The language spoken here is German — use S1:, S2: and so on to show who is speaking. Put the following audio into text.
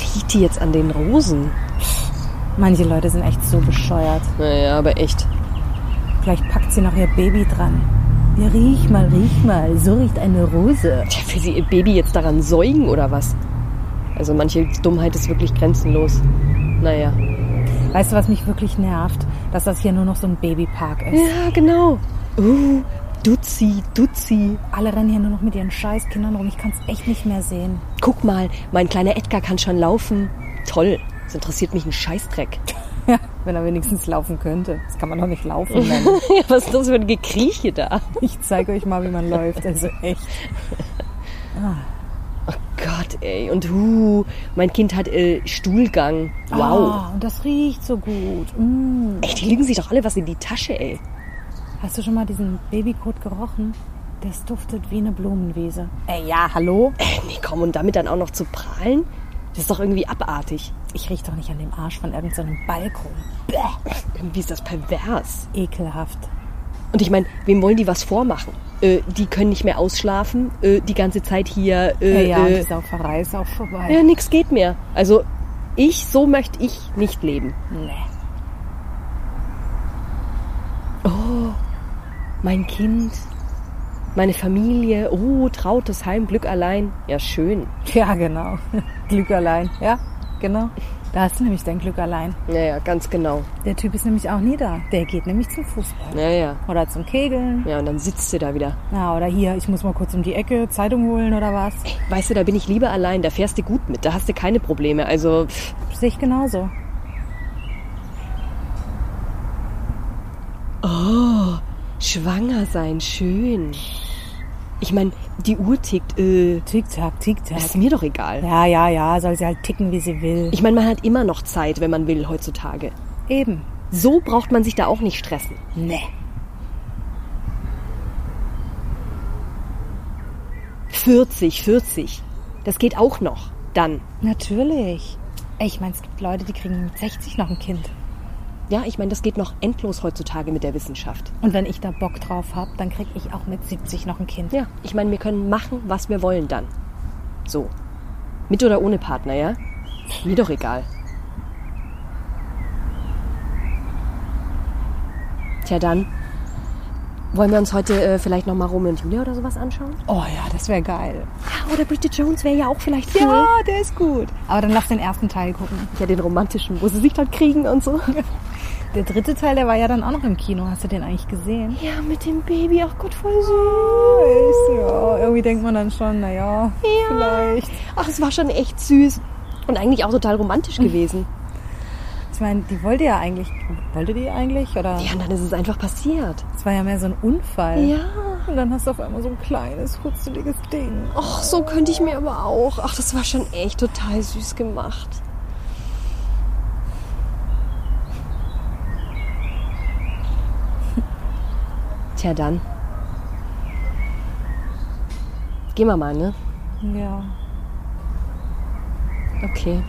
S1: riecht die jetzt an den Rosen?
S2: Manche Leute sind echt so bescheuert.
S1: Naja, aber echt.
S2: Vielleicht packt sie noch ihr Baby dran. Ja, riech mal, riech mal. So riecht eine Rose.
S1: Tja, will sie ihr Baby jetzt daran säugen oder was? Also manche Dummheit ist wirklich grenzenlos. Naja.
S2: Weißt du, was mich wirklich nervt? Dass das hier nur noch so ein Babypark ist.
S1: Ja, genau. Uh, Duzi, Duzi.
S2: Alle rennen hier nur noch mit ihren Scheißkindern rum. Ich kann es echt nicht mehr sehen.
S1: Guck mal, mein kleiner Edgar kann schon laufen. Toll. Das interessiert mich ein Scheißdreck.
S2: Ja, wenn er wenigstens laufen könnte. Das kann man doch nicht laufen nennen.
S1: Ja, was ist das für ein Gekrieche da?
S2: Ich zeige euch mal, wie man läuft. Also echt.
S1: Oh Gott, ey. Und hu, mein Kind hat äh, Stuhlgang. Wow.
S2: Ah, und das riecht so gut. Mm.
S1: Echt, die legen sich doch alle was in die Tasche, ey.
S2: Hast du schon mal diesen Babykot gerochen? Das duftet wie eine Blumenwiese. Ey, ja, hallo?
S1: Äh, nee, komm, und damit dann auch noch zu prahlen? Das ist doch irgendwie abartig.
S2: Ich riech doch nicht an dem Arsch von irgendeinem Balkon.
S1: Irgendwie ist das pervers.
S2: Ekelhaft.
S1: Und ich meine, wem wollen die was vormachen? Äh, die können nicht mehr ausschlafen, äh, die ganze Zeit hier.
S2: Ja,
S1: Äh,
S2: ja, die
S1: äh,
S2: Sauferei ist auch vorbei.
S1: ja nix geht mehr. Also, ich, so möchte ich nicht leben.
S2: Nee.
S1: Mein Kind, meine Familie, oh, trautes Heim, Glück allein. Ja, schön.
S2: Ja, genau. Glück allein. Ja, genau. Da hast du nämlich dein Glück allein.
S1: Naja, ganz genau.
S2: Der Typ ist nämlich auch nie da. Der geht nämlich zum Fußball.
S1: Naja.
S2: Oder zum Kegeln.
S1: Ja, und dann sitzt du da wieder.
S2: Na, oder hier, ich muss mal kurz um die Ecke Zeitung holen oder was.
S1: Weißt du, da bin ich lieber allein, da fährst du gut mit, da hast du keine Probleme. Also, pff,
S2: Sehe ich genauso.
S1: schwanger sein, schön. Ich meine, die Uhr tickt, äh,
S2: Tick-Tack,
S1: ist
S2: Tick-Tack.
S1: mir doch egal.
S2: Ja, ja, ja, soll sie halt ticken, wie sie will.
S1: Ich meine, man hat immer noch Zeit, wenn man will, heutzutage.
S2: Eben.
S1: So braucht man sich da auch nicht stressen.
S2: Nee.
S1: Vierzig, 40. Das geht auch noch. Dann.
S2: Natürlich. Ey, ich meine, es gibt Leute, die kriegen mit 60 noch ein Kind.
S1: Ja, ich meine, das geht noch endlos heutzutage mit der Wissenschaft.
S2: Und wenn ich da Bock drauf hab, dann krieg ich auch mit 70 noch ein Kind.
S1: Ja, ich meine, wir können machen, was wir wollen dann. So. Mit oder ohne Partner, ja? Mir doch egal. Tja, dann. Wollen wir uns heute äh, vielleicht nochmal Romeo und Julia oder sowas anschauen?
S2: Oh ja, das wäre geil.
S1: Ja, oder Bridget Jones wäre ja auch vielleicht cool.
S2: Ja, der ist gut. Aber dann lass den ersten Teil gucken.
S1: Ja, den romantischen, wo sie sich dann kriegen und so.
S2: Der dritte Teil, der war ja dann auch noch im Kino. Hast du den eigentlich gesehen?
S1: Ja, mit dem Baby, ach Gott, voll süß.
S2: Ja, irgendwie denkt man dann schon, naja,
S1: Ja. Ach, es war schon echt süß. Und eigentlich auch total romantisch gewesen.
S2: Ich meine, die wollte ja eigentlich, wollte die eigentlich? Oder
S1: Ja, und dann ist es einfach passiert.
S2: es war ja mehr so ein Unfall.
S1: Ja.
S2: Und dann hast du auf einmal so ein kleines, hutzeliges Ding.
S1: Ach, so könnte ich mir aber auch. Ach, das war schon echt total süß gemacht. Tja, dann. Gehen wir mal, ne?
S2: Ja.
S1: Okay.